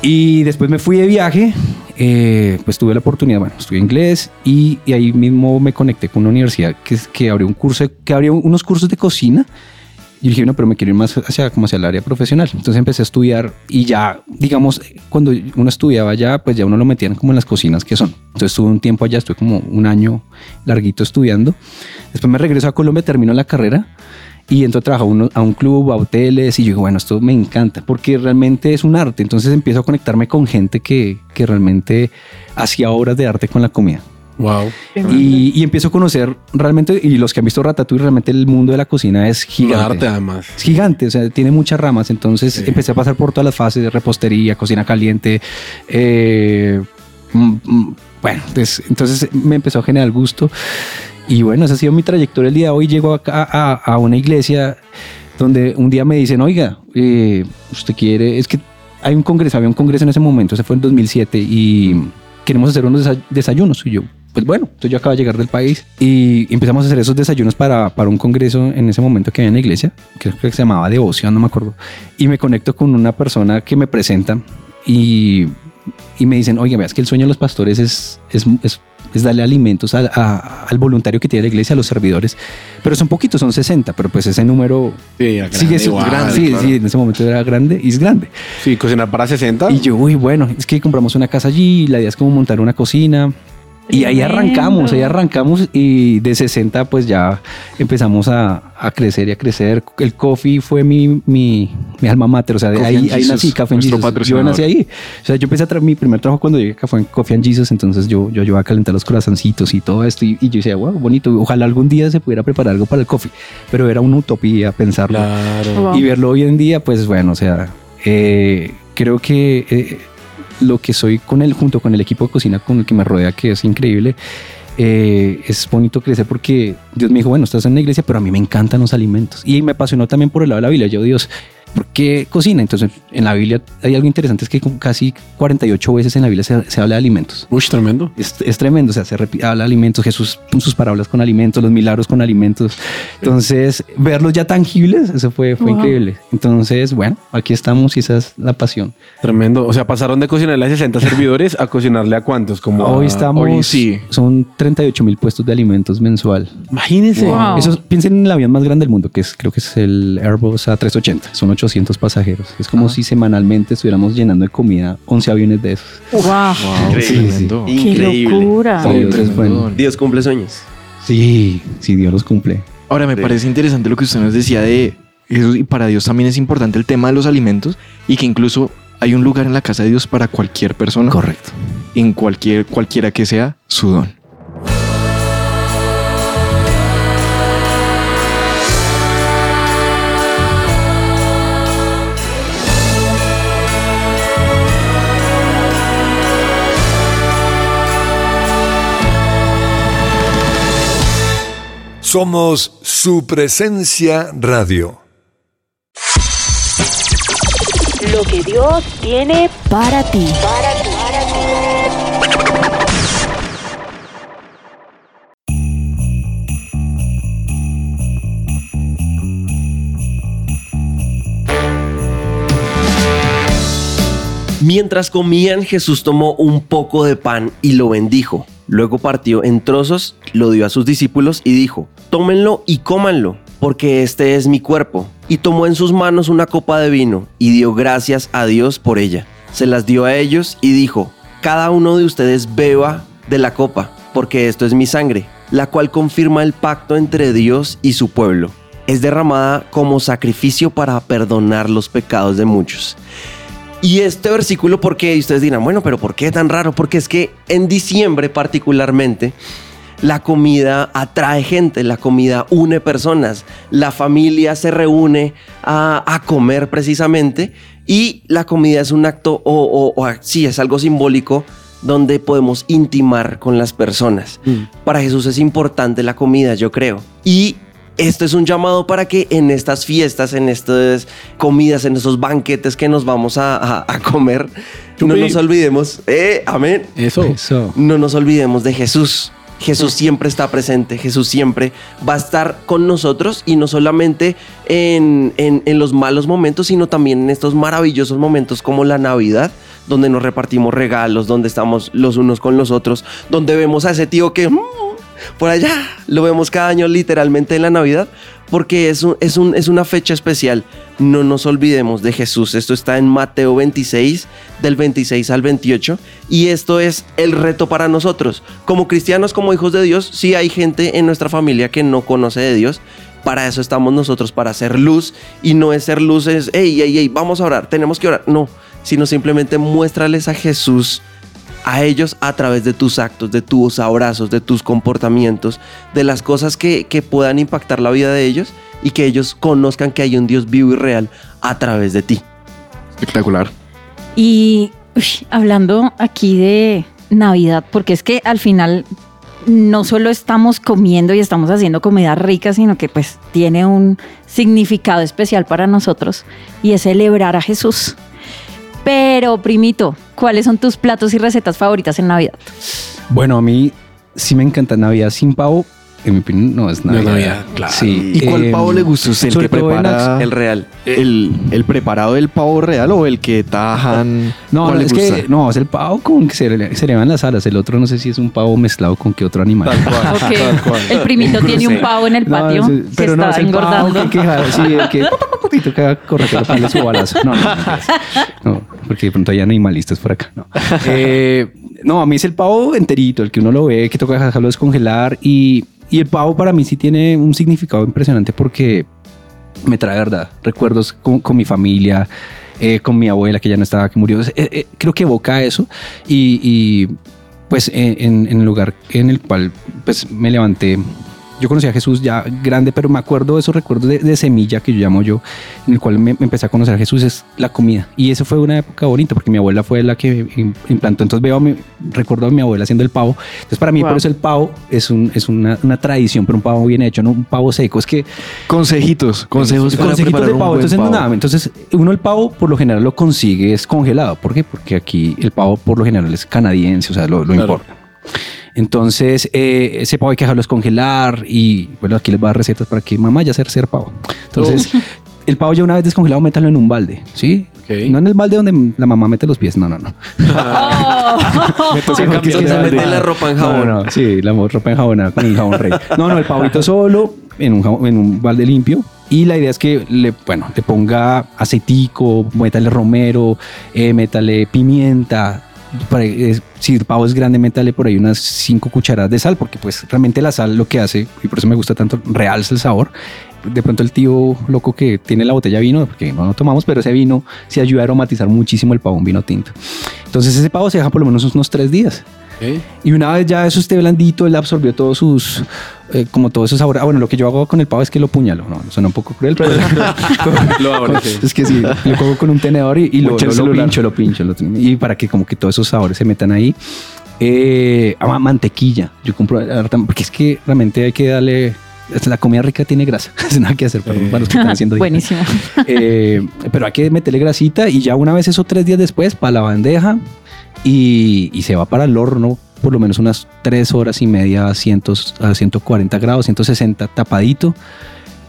Speaker 8: Y después me fui de viaje, eh, pues tuve la oportunidad, bueno, estudié inglés y, y ahí mismo me conecté con una universidad que, es- que abrió un curso, de- que abrió unos cursos de cocina. Y dije, no, pero me quiero ir más hacia, como hacia el área profesional. Entonces empecé a estudiar y ya, digamos, cuando uno estudiaba allá, pues ya uno lo metían como en las cocinas que son. Entonces estuve un tiempo allá, estuve como un año larguito estudiando. Después me regreso a Colombia, termino la carrera y entro a trabajar a uno- a un club, a hoteles y yo digo, bueno, esto me encanta porque realmente es un arte. Entonces empiezo a conectarme con gente que, que realmente hacía obras de arte con la comida.
Speaker 3: Wow.
Speaker 8: Y, y empiezo a conocer realmente, y los que han visto Ratatouille, realmente el mundo de la cocina es gigante.
Speaker 3: Arte además.
Speaker 8: Es gigante, o sea, tiene muchas ramas. Entonces empecé a pasar por todas las fases de repostería, cocina caliente. eh, mm, mm, bueno, des- entonces me empezó a generar gusto. Y bueno, esa ha sido mi trayectoria el día de hoy. Llego acá a, a una iglesia donde un día me dicen, oiga, eh, usted quiere, es que hay un congreso, había un congreso en ese momento, ese fue en 2007 y queremos hacer unos desa- desayunos. Y yo, pues bueno, entonces yo acabo de llegar del país y empezamos a hacer esos desayunos para, para un congreso en ese momento que había en la iglesia, creo que se llamaba Devoción, no me acuerdo. Y me conecto con una persona que me presenta y, y me dicen, oiga, veas que el sueño de los pastores es, es, es- es darle alimentos al- a- al voluntario que tiene la iglesia, a los servidores, pero son poquitos, son 60, pero pues ese número
Speaker 3: Sí, era
Speaker 8: sigue
Speaker 3: grande,
Speaker 8: siendo
Speaker 3: igual,
Speaker 8: grande. Sí,
Speaker 3: claro.
Speaker 8: sí, en ese momento era grande y es grande.
Speaker 3: Sí, cocinar para
Speaker 6: Ah.
Speaker 3: 60.
Speaker 8: Y yo, uy, bueno, es que compramos una casa allí, la idea es como montar una cocina. Y ahí
Speaker 4: Tremendo.
Speaker 8: arrancamos, ahí arrancamos y de 60 pues ya empezamos a, a crecer y a crecer. El coffee fue mi, mi, mi alma mater, o sea, de
Speaker 6: Coffee
Speaker 8: ahí,
Speaker 6: and
Speaker 8: ahí
Speaker 6: Jesus,
Speaker 8: nací, Café and
Speaker 6: nuestro
Speaker 8: Jesus. Yo
Speaker 6: patrocinador.
Speaker 8: nací ahí. O sea, yo empecé a tra- mi primer trabajo cuando llegué acá fue en Coffee and Jesus, entonces yo, yo ayudaba a calentar los corazoncitos y todo esto y, y yo decía, wow, bonito, ojalá algún día se pudiera preparar algo para el coffee, pero era una utopía pensarlo
Speaker 3: Claro.
Speaker 4: Wow.
Speaker 8: y verlo hoy en día, pues bueno, o sea, eh, creo que eh, lo que soy con él, junto con el equipo de cocina con el que me rodea, que es increíble, eh, es bonito crecer porque Dios me dijo, bueno, estás en la iglesia, pero a mí me encantan los alimentos. Y me apasionó también por el lado de la Biblia. Yo, Dios, ¿por qué cocina? Entonces, en la Biblia hay algo interesante, es que con casi 48 veces en la Biblia se- se habla de alimentos.
Speaker 3: Uy, tremendo.
Speaker 8: Es, es tremendo, o sea, se repi- habla de alimentos, Jesús, sus parábolas con alimentos, los milagros con alimentos. Entonces, verlos ya tangibles, eso fue, fue
Speaker 4: Wow.
Speaker 8: increíble. Entonces, bueno, aquí estamos y esa es la pasión.
Speaker 3: Tremendo. O sea, pasaron de cocinarle a 60 servidores a cocinarle a cuántos. Como
Speaker 8: hoy
Speaker 3: a-
Speaker 8: estamos,
Speaker 2: hoy sí.
Speaker 8: son 38 mil puestos de alimentos mensual.
Speaker 3: Imagínense.
Speaker 4: Wow.
Speaker 8: Eso, es- piensen en el avión más grande del mundo, que es, creo que es el Airbus A380, son 800 pasajeros. Es como si semanalmente estuviéramos llenando de comida 11 aviones de esos.
Speaker 4: Wow.
Speaker 6: Increíble.
Speaker 8: Sí, sí.
Speaker 4: Qué locura.
Speaker 8: Entonces, bueno,
Speaker 5: Dios cumple sueños.
Speaker 8: Sí, si Dios los cumple.
Speaker 2: Ahora, me
Speaker 6: Sí.
Speaker 2: parece interesante lo que usted nos decía de Jesús y para Dios también es importante el tema de los alimentos y que incluso hay un lugar en la casa de Dios para cualquier persona. Correcto. En cualquier, cualquiera que sea su don.
Speaker 7: eh, Somos su presencia radio.
Speaker 9: Lo que Dios tiene para ti.
Speaker 5: Mientras comían, Jesús tomó un poco de pan y lo bendijo. Luego partió en trozos, lo dio a sus discípulos y dijo, tómenlo y cómanlo, porque este es mi cuerpo. Y tomó en sus manos una copa de vino y dio gracias a Dios por ella. Se las dio a ellos y dijo, cada uno de ustedes beba de la copa, porque esto es mi sangre, la cual confirma el pacto entre Dios y su pueblo. Es derramada como sacrificio para perdonar los pecados de muchos. Y este versículo, ¿por qué? Y ustedes dirán, bueno, pero ¿por qué tan raro? Porque es que en diciembre particularmente, la comida atrae gente, la comida une personas, la familia se reúne a, a comer precisamente y la comida es un acto o, o- o a- sí, es algo simbólico donde podemos intimar con las personas. Para Jesús es importante la comida, yo creo. Y esto es un llamado para que en estas fiestas, en estas comidas, en esos banquetes que nos vamos a, a- a comer, no
Speaker 3: Chupi.
Speaker 5: nos olvidemos. Eh, amén
Speaker 3: Eso.
Speaker 8: Eso.
Speaker 5: no nos olvidemos de Jesús. Jesús siempre está presente, Jesús siempre va a estar con nosotros y no solamente en, en- en los malos momentos, sino también en estos maravillosos momentos como la Navidad, donde nos repartimos regalos, donde estamos los unos con los otros, donde vemos a ese tío que mm, por allá lo vemos cada año literalmente en la Navidad, porque es, un- es, un- es una fecha especial. No nos olvidemos de Jesús. Esto está en Mateo 26, del 26 al 28. Y esto es el reto para nosotros. Como cristianos, como hijos de Dios, si hay gente en nuestra familia que no conoce de Dios. Para eso estamos nosotros, para ser luz. Y no es ser luz, es, hey, hey, hey, vamos a orar, tenemos que orar. No, sino simplemente muéstrales a Jesús a ellos a través de tus actos, de tus abrazos, de tus comportamientos, de las cosas que, que puedan impactar la vida de ellos y que ellos conozcan que hay un Dios vivo y real a través de ti.
Speaker 2: Espectacular.
Speaker 4: Y uy, hablando aquí de Navidad, porque es que al final no solo estamos comiendo y estamos haciendo comida rica, sino que pues tiene un significado especial para nosotros y es celebrar a Jesús. Pero, primito, ¿cuáles son tus platos y recetas favoritas en Navidad?
Speaker 8: Bueno, a mí sí me encanta Navidad sin pavo. En mi opinión, no es Navidad.
Speaker 3: Navidad, claro.
Speaker 8: Sí,
Speaker 2: ¿Y cuál
Speaker 8: em,
Speaker 2: pavo le gusta a usted? ¿El
Speaker 8: sobre
Speaker 2: que
Speaker 8: todo en
Speaker 2: prepara
Speaker 5: El real.
Speaker 2: el, el preparado del pavo real o el que tajan?
Speaker 8: No,
Speaker 2: ¿Cuál
Speaker 8: no,
Speaker 2: le
Speaker 8: es
Speaker 2: gusta?
Speaker 8: que no, es el pavo con que se, le- se le van las alas. El otro no sé si es un pavo mezclado con qué otro animal.
Speaker 4: El primito tiene un pavo en el
Speaker 8: No,
Speaker 4: patio
Speaker 8: ese-
Speaker 4: que
Speaker 8: pero no,
Speaker 4: está
Speaker 8: es el pavo
Speaker 4: engordando.
Speaker 8: que, que, jala, sí, el que y toca correr para darle su balazo. No, no, no, no, no, porque de pronto hay animalistas por acá. No. Eh, no, a mí es el pavo enterito, el que uno lo ve, que toca dejarlo descongelar. Y, y el pavo para mí sí tiene un significado impresionante porque me trae verdad, recuerdos con, con mi familia, eh, con mi abuela que ya no estaba, que murió. Es- eh, eh, creo que evoca eso y, y, pues eh, en, en el lugar en el cual pues me levanté. Yo conocí a Jesús ya grande, pero me acuerdo de esos recuerdos de, de semilla que yo llamo yo, en el cual me, me empecé a conocer a Jesús, es la comida. Y eso fue una época bonita, porque mi abuela fue la que im- implantó. Entonces veo, a mi- recuerdo a mi abuela haciendo el pavo. Entonces para mí, por eso el pavo es, un, es una, una tradición, pero un pavo bien hecho, no un pavo seco. Es que
Speaker 2: Consejitos, consejos para
Speaker 8: consejitos
Speaker 2: preparar
Speaker 8: de
Speaker 2: un
Speaker 8: pavo.
Speaker 2: buen
Speaker 8: Entonces,
Speaker 2: pavo.
Speaker 8: nada, entonces, uno el pavo por lo general lo consigue es congelado. ¿Por qué? Porque aquí el pavo por lo general es canadiense, o sea, lo, lo importa. Entonces, eh, ese pavo hay que dejarlo descongelar y bueno, aquí les va a dar recetas para que mamá ya se hacer pavo. Entonces,
Speaker 2: Oh.
Speaker 8: el pavo ya una vez descongelado, métalo en un balde, ¿sí? No en el balde donde la mamá mete los pies, no, no, no.
Speaker 2: Ah.
Speaker 8: Sí, porque es que
Speaker 5: cambiar
Speaker 8: se
Speaker 5: de
Speaker 8: mete
Speaker 5: balde.
Speaker 8: la ropa en jabón. No, no, sí, la mo- ropa enjabonada con el jabón rey. No, no, el pavito solo en un, jabón- en un balde limpio. Y la idea es que le, bueno, le ponga aceitico, métale romero, eh, métale pimienta, para- es- si el pavo es grande, métale por ahí unas 5 cucharadas de sal, porque pues realmente la sal lo que hace, y por eso me gusta tanto, realza el sabor. De pronto el tío loco que tiene la botella de vino, porque no lo tomamos, pero ese vino se ayuda a aromatizar muchísimo el pavo, un vino tinto. Entonces ese pavo se deja por lo menos unos 3 días. Y una vez ya eso esté blandito, él absorbió todos sus, eh, como todos esos sabores. Ah, bueno, lo que yo hago con el pavo es que lo puñalo. No, suena un poco cruel, pero
Speaker 3: Lo abro, sí.
Speaker 8: es que sí, lo cojo con un tenedor y, y lo,
Speaker 3: Mucho
Speaker 8: lo-
Speaker 3: el
Speaker 8: lo
Speaker 3: celular.
Speaker 8: pincho, lo pincho. lo- y para que como que todos esos sabores se metan ahí. Eh, ah, mantequilla. Yo compro eh, harta- porque es que realmente hay que darle... La comida rica tiene grasa. Es nada que hacer para, para los que están haciendo dieta.
Speaker 4: Buenísimo.
Speaker 8: Eh, pero hay que meterle grasita y ya una vez eso tres días después para la bandeja y, y se va para el horno por lo menos unas tres horas y media a, 100 a 140 grados, 160 tapadito.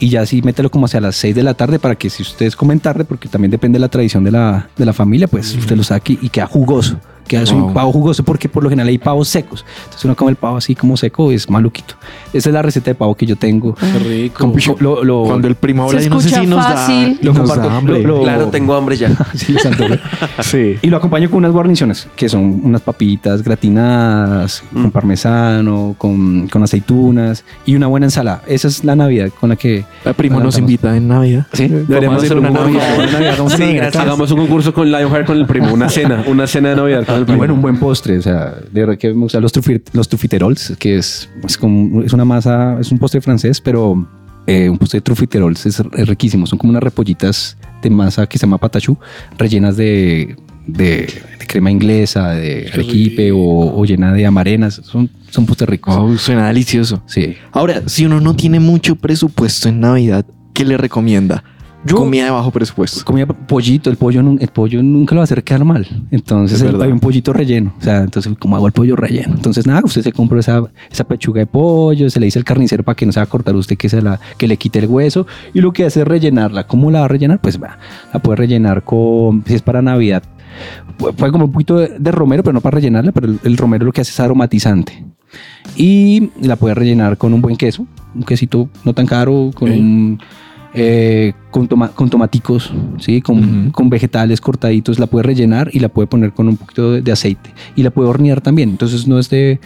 Speaker 8: Y ya así mételo como hacia las 6 de la tarde para que si ustedes comen tarde, porque también depende de la tradición de la, de la familia, pues usted lo saque y queda jugoso. Queda es un pavo jugoso porque por lo general hay pavos secos. Entonces uno come el pavo así como seco es maluquito. Esa es la receta de pavo que yo tengo.
Speaker 3: Qué rico.
Speaker 8: Lo- lo-
Speaker 2: Cuando el primo habla
Speaker 4: Se
Speaker 2: de no sé
Speaker 4: escucha
Speaker 2: si nos da,
Speaker 4: fácil.
Speaker 8: Lo
Speaker 2: nos
Speaker 8: comparto.
Speaker 2: da hambre.
Speaker 8: Lo- lo-
Speaker 5: Claro, tengo hambre ya.
Speaker 8: Sí, les antojo.
Speaker 2: Sí.
Speaker 8: Y lo acompaño con unas guarniciones, que son unas papitas gratinadas, con parmesano, con, con aceitunas y una buena ensalada. Esa es la Navidad con la que... Eh,
Speaker 2: El primo nos
Speaker 8: Adelantamos.
Speaker 2: invita en Navidad.
Speaker 8: Sí,
Speaker 3: Deberíamos hacer una Navidad. Sí, gracias. Hagamos un concurso con Lionheart con el primo. Una cena. Una cena de Navidad con el
Speaker 8: Y
Speaker 3: primo.
Speaker 8: bueno, un buen postre, o sea, de verdad que me gustan los, trufit- los trufiterols, que es, es, como- es una masa, es un postre francés, pero eh, un postre de trufiterols es, es riquísimo. Son como unas repollitas de masa que se llama patachú, rellenas de, de- de crema inglesa, de arequipe o, o llena de amarenas. Son, son postres ricos.
Speaker 2: Wow, suena delicioso.
Speaker 8: Sí.
Speaker 2: Ahora, si uno no tiene mucho presupuesto en Navidad, ¿qué le recomienda?
Speaker 8: Yo-
Speaker 2: Comida de bajo presupuesto.
Speaker 8: pues, Comía pollito, el pollo, nun- el pollo nunca lo va a hacer quedar mal. Entonces,
Speaker 2: Es
Speaker 8: el-
Speaker 2: verdad.
Speaker 8: hay un pollito relleno. O sea, entonces, como hago el pollo relleno? Entonces, nada, usted se compra esa, esa pechuga de pollo, se le dice al carnicero para que no se va a cortar usted que, se la, que le quite el hueso. Y lo que hace es rellenarla. ¿Cómo la va a rellenar? Pues va, la puede rellenar con, si es para Navidad, pu- puede como un poquito de, de romero, pero no para rellenarla, pero el, el romero lo que hace es aromatizante. Y la puede rellenar con un buen queso, un quesito no tan caro, con un eh, con, toma- con tomaticos, ¿sí? con,
Speaker 2: Ujú.
Speaker 8: con vegetales cortaditos, la puede rellenar y la puede poner con un poquito de, de aceite y la puede hornear también. Entonces no es de,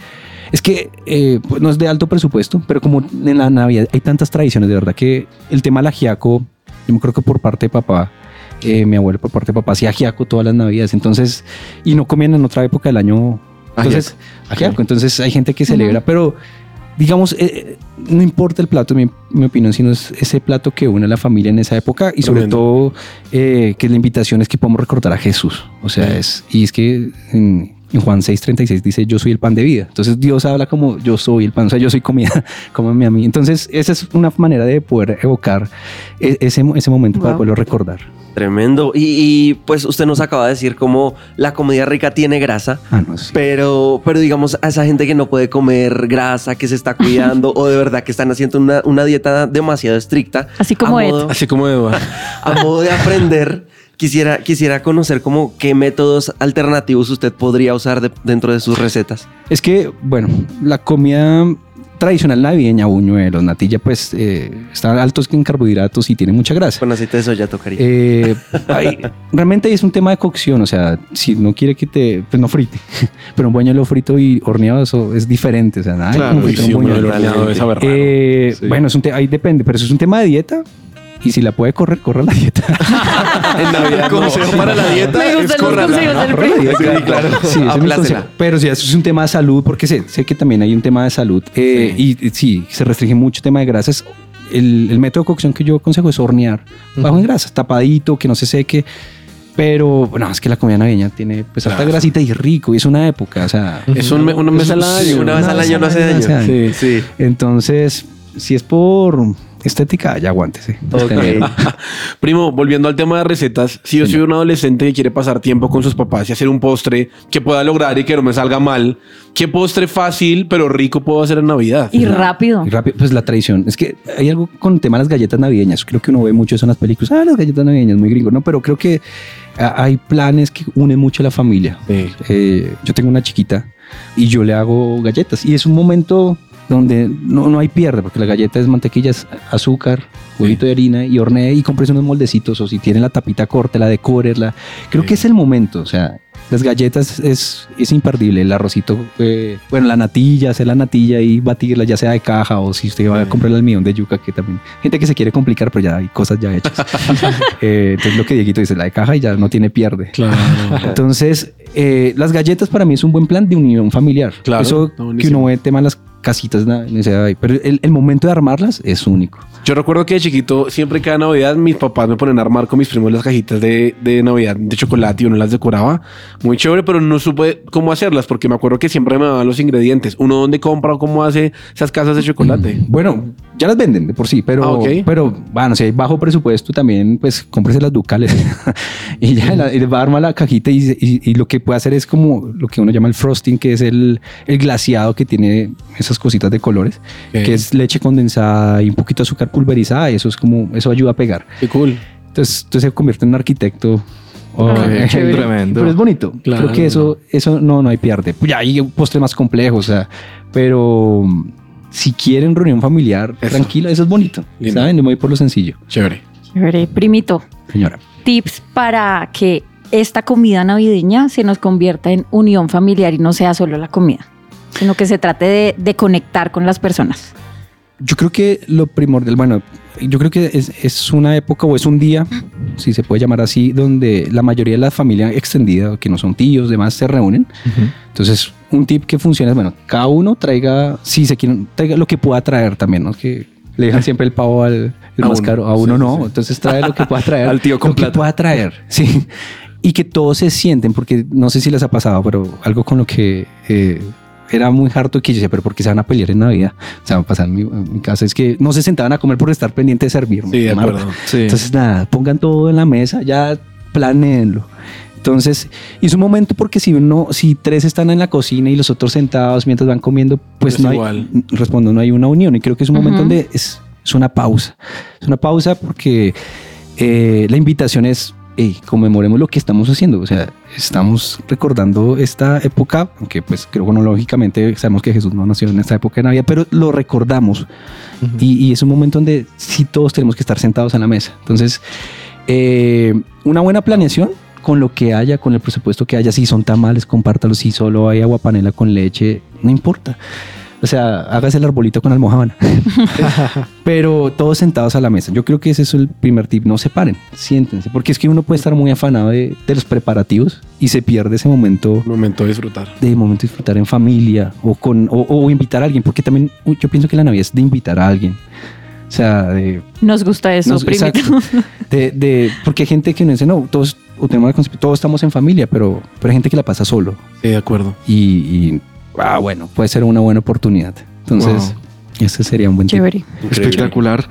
Speaker 8: es que eh, pues, no es de alto presupuesto, pero como en la Navidad hay tantas tradiciones, de verdad que el tema del ajiaco, yo creo que por parte de papá, eh, mi abuelo por parte de papá hacía ajiaco todas las Navidades, entonces, y no comían en otra época del año. Entonces, ajiaco. Entonces hay gente que celebra, pero digamos, eh, eh, no importa el plato, mi, mi opinión, sino es ese plato que une a la familia en esa época y sobre
Speaker 3: Tremendo.
Speaker 8: todo eh, que la invitación es que podamos recordar a Jesús. O sea, es, y es que en, en Juan 6:36 dice, yo soy el pan de vida. Entonces Dios habla como yo soy el pan, o sea, yo soy comida, cómeme a mí. Entonces esa es una manera de poder evocar e- ese, mo- ese momento para
Speaker 4: Wow.
Speaker 8: poderlo recordar.
Speaker 5: Tremendo. Y, y, pues usted nos acaba de decir cómo la comida rica tiene grasa.
Speaker 8: Ah, no, sí.
Speaker 5: Pero, pero digamos, a esa gente que no puede comer grasa, que se está cuidando o de verdad que están haciendo una, una dieta demasiado estricta.
Speaker 4: Así como
Speaker 5: a
Speaker 4: Ed.
Speaker 5: modo,
Speaker 3: Así como Eduardo.
Speaker 5: a modo de aprender, quisiera, quisiera conocer como qué métodos alternativos usted podría usar de- dentro de sus recetas.
Speaker 8: Es que, bueno, la comida tradicional navideña, buñuelos, natilla, pues eh, están altos en carbohidratos y tiene mucha grasa.
Speaker 5: Con aceite de soya tocaría.
Speaker 8: Eh, ahí, realmente es un tema de cocción, o sea, si no quiere que te, pues no frite, pero un buñuelo frito y horneado eso es diferente, o sea, nada,
Speaker 6: Claro,
Speaker 8: como
Speaker 6: y
Speaker 8: fritar un
Speaker 6: sí, un
Speaker 8: buñuelo.
Speaker 6: buñuelo horneado es
Speaker 8: Eh, Bueno, es un te- ahí depende, pero eso es un tema de dieta y si la puede correr, corra la dieta.
Speaker 5: en Navidad.
Speaker 6: Consejo para la dieta.
Speaker 4: Me
Speaker 6: es
Speaker 4: gustan los
Speaker 6: córrala.
Speaker 4: consejos
Speaker 8: Ah,
Speaker 4: del primo.
Speaker 8: Sí, claro. Sí, ese es mi
Speaker 5: Aplácela.
Speaker 8: consejo. Pero si eso es un tema de salud, porque sé, sé que también hay un tema de salud eh, y, y sí, se restringe mucho el tema de grasas. El, el método de cocción que yo aconsejo es hornear bajo en grasas, tapadito, que no se seque. Pero no, es que la comida navideña tiene pues harta grasita y rico y es una época, o sea,
Speaker 2: Eh,
Speaker 3: Es un, me- una
Speaker 8: es
Speaker 3: mesa
Speaker 8: un-
Speaker 3: al año.
Speaker 5: una vez al año no hace daño.
Speaker 8: hace
Speaker 3: Sí, sí.
Speaker 8: Entonces, si es por estética, ya aguántese. Este, Está bien.
Speaker 3: Primo, volviendo al tema de recetas, si yo soy un adolescente que quiere pasar tiempo con sus papás y hacer un postre que pueda lograr y que no me salga mal, ¿qué postre fácil pero rico puedo hacer en Navidad?
Speaker 4: Y rápido.
Speaker 8: Y rápido, pues la tradición. Es que hay algo con el tema de las galletas navideñas. Creo que uno ve mucho eso en las películas. Ah, las galletas navideñas, muy gringo, ¿no? Pero creo que ah, hay planes que unen mucho a la familia. Eh, yo tengo una chiquita y yo le hago galletas. Y es un momento donde no, no hay pierde, porque la galleta es mantequilla, es azúcar, huevito de harina y hornea y compres unos moldecitos o si tiene la tapita corta, la decores, la... Creo que es el momento, o sea, Las galletas es, es imperdible. El arrocito, eh, bueno, la natilla, hacer la natilla y batirla, ya sea de caja o si usted va a comprar el almidón de yuca, que también. Gente que se quiere complicar, pero ya hay cosas ya hechas. Eh, entonces, lo que Dieguito dice, la de caja y ya no tiene pierde. Entonces, eh, las galletas para mí es un buen plan de unión familiar.
Speaker 3: Claro,
Speaker 8: Eso
Speaker 3: está
Speaker 8: que
Speaker 3: buenísimo.
Speaker 8: uno ve, tema de las casitas, na- ni sea ahí. pero el, el momento de armarlas es único.
Speaker 3: Yo recuerdo que de chiquito, siempre cada Navidad, mis papás me ponen a armar con mis primos las cajitas de, de Navidad de chocolate y uno las decoraba. Muy chévere, pero no supe cómo hacerlas porque me acuerdo que siempre me daban los ingredientes. Uno dónde compra o cómo hace esas casas de chocolate.
Speaker 8: Mm. Bueno, ya las venden de por sí, pero,
Speaker 3: Ah, ok.
Speaker 8: pero bueno, si hay bajo presupuesto también, pues cómprese las ducales y ya la- y le va a armar la cajita y, y- y lo que puede hacer es como lo que uno llama el frosting, que es el, el glaciado que tiene esas cositas de colores,
Speaker 3: Ok.
Speaker 8: que es leche condensada y un poquito de azúcar pulverizada y eso es como, eso ayuda a pegar.
Speaker 3: Qué cool.
Speaker 8: Entonces, entonces se convierte en un arquitecto. Ah,
Speaker 4: Ay,
Speaker 2: chévere. Tremendo.
Speaker 8: Pero es bonito.
Speaker 3: Claro.
Speaker 8: Creo que eso, eso no, no hay pierde. Pues Ya hay un postre más complejo, o sea, pero mm, si quieren reunión familiar,
Speaker 3: Eso.
Speaker 8: tranquila, eso es bonito.
Speaker 3: Lindo.
Speaker 8: ¿Saben? Yo me voy por lo sencillo,
Speaker 3: Chévere.
Speaker 4: Chévere. Primito,
Speaker 8: señora.
Speaker 4: tips para que esta comida navideña se nos convierta en unión familiar y no sea solo la comida, sino que se trate de, de conectar con las personas.
Speaker 8: Yo creo que lo primordial, bueno, yo creo que es, es una época o es un día, si se puede llamar así, donde la mayoría de la familia extendida, que no son tíos, demás, se reúnen. Entonces, un tip que funciona es, bueno, cada uno traiga, si se quieren, traiga lo que pueda traer también, ¿no? Que le dejan siempre el pavo al el
Speaker 3: A
Speaker 8: más
Speaker 3: uno.
Speaker 8: caro, a uno
Speaker 3: Sí,
Speaker 8: no,
Speaker 3: sí.
Speaker 8: entonces trae lo que pueda traer.
Speaker 3: Al tío con
Speaker 8: lo que
Speaker 3: plata.
Speaker 8: pueda traer, sí. Y que todos se sienten, porque no sé si les ha pasado, pero algo con lo que... eh, era muy harto que yo decía, pero ¿por qué se van a pelear en Navidad? O sea, pasar en mi, en mi casa es que no se sentaban a comer por estar pendiente de servirme.
Speaker 3: Sí, de
Speaker 8: Qué
Speaker 3: acuerdo.
Speaker 8: marca.
Speaker 2: Sí.
Speaker 8: Entonces, nada, pongan todo en la mesa, ya planeenlo. Entonces, y es un momento porque si uno, si tres están en la cocina y los otros sentados mientras van comiendo, pues
Speaker 3: Es
Speaker 8: no hay-
Speaker 3: igual.
Speaker 8: respondo, no hay una unión. Y creo que es un momento
Speaker 4: Ujú.
Speaker 8: donde es, es una pausa. Es una pausa porque eh, la invitación es, hey, conmemoremos lo que estamos haciendo. O sea, estamos recordando esta época, aunque pues creo cronológicamente sabemos que Jesús no nació en esta época de Navidad, pero lo recordamos. y, y es un momento donde sí todos tenemos que estar sentados en la mesa. Entonces, eh, una buena planeación con lo que haya, con el presupuesto que haya, si son tamales, compártalos, si solo hay agua panela con leche, no importa. O sea, hágase el arbolito con almohábana. Pero todos sentados a la mesa. Yo creo que ese es el primer tip. No se paren, siéntense. Porque es que uno puede estar muy afanado de, de los preparativos y se pierde ese momento
Speaker 3: Un momento de disfrutar.
Speaker 8: de momento disfrutar en familia o, con, o, o invitar a alguien. Porque también uy, yo pienso que la Navidad es de invitar a alguien. O sea, de
Speaker 4: Nos gusta eso,
Speaker 8: no,
Speaker 4: primito.
Speaker 8: exacto. De, de- porque hay gente que no dice, no, todos, o tenemos la concepción, todos estamos en familia, pero, pero hay gente que la pasa solo.
Speaker 3: Sí, de acuerdo.
Speaker 8: Y, y, ah, bueno, puede ser una buena oportunidad. Entonces, ese sería un buen tip.
Speaker 4: Chévere.
Speaker 2: Espectacular.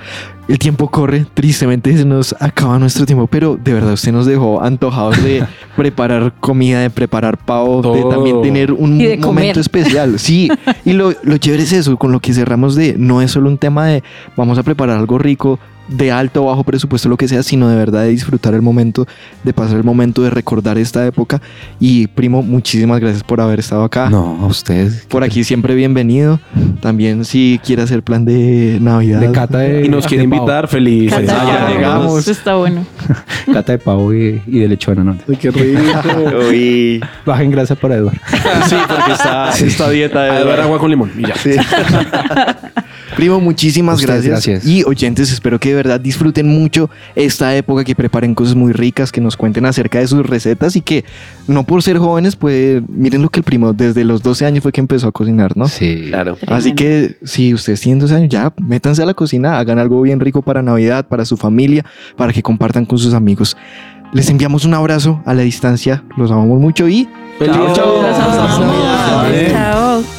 Speaker 2: El tiempo corre, tristemente se nos acaba nuestro tiempo, pero de verdad usted nos dejó antojados de preparar comida, de preparar pavo, de
Speaker 3: Todo.
Speaker 2: también tener un
Speaker 4: Y de
Speaker 2: momento
Speaker 4: comer.
Speaker 2: especial. Sí, y lo, lo chévere es eso, con lo que cerramos de no es solo un tema de vamos a preparar algo rico, de alto o bajo presupuesto, lo que sea, sino de verdad de disfrutar el momento, de pasar el momento, de recordar esta época. Y primo, muchísimas gracias por haber estado acá.
Speaker 8: No, a ustedes.
Speaker 2: Por aquí siempre bienvenido. También si quiere hacer plan de Navidad.
Speaker 8: De cata eh. de,
Speaker 3: Y nos quiere
Speaker 8: de pavo.
Speaker 3: invitar, feliz.
Speaker 4: Cata,
Speaker 2: ya
Speaker 4: ah,
Speaker 2: llegamos.
Speaker 4: Eso está bueno.
Speaker 8: Cata de pavo y, y de lechona, ¿no?
Speaker 3: Qué rico.
Speaker 5: Uy.
Speaker 8: Bajen grasa para Eduardo.
Speaker 5: Sí, porque está esta dieta
Speaker 3: A beber
Speaker 5: de
Speaker 3: agua con limón y ya.
Speaker 2: Primo, muchísimas
Speaker 8: Ustedes,
Speaker 2: gracias.
Speaker 8: gracias.
Speaker 2: Y oyentes, espero que de verdad disfruten mucho esta época, que preparen cosas muy ricas, que nos cuenten acerca de sus recetas y que no por ser jóvenes, pues miren lo que el primo desde los 12 años fue que empezó a cocinar, ¿no?
Speaker 8: Sí.
Speaker 5: Claro.
Speaker 2: Así que si ustedes tienen 12 años, ya métanse a la cocina, hagan algo bien rico para Navidad, para su familia, para que compartan con sus amigos. Les enviamos un abrazo a la distancia, los amamos mucho y
Speaker 4: Chao. Los amamos.
Speaker 2: Feliz Navidad.
Speaker 4: Chao.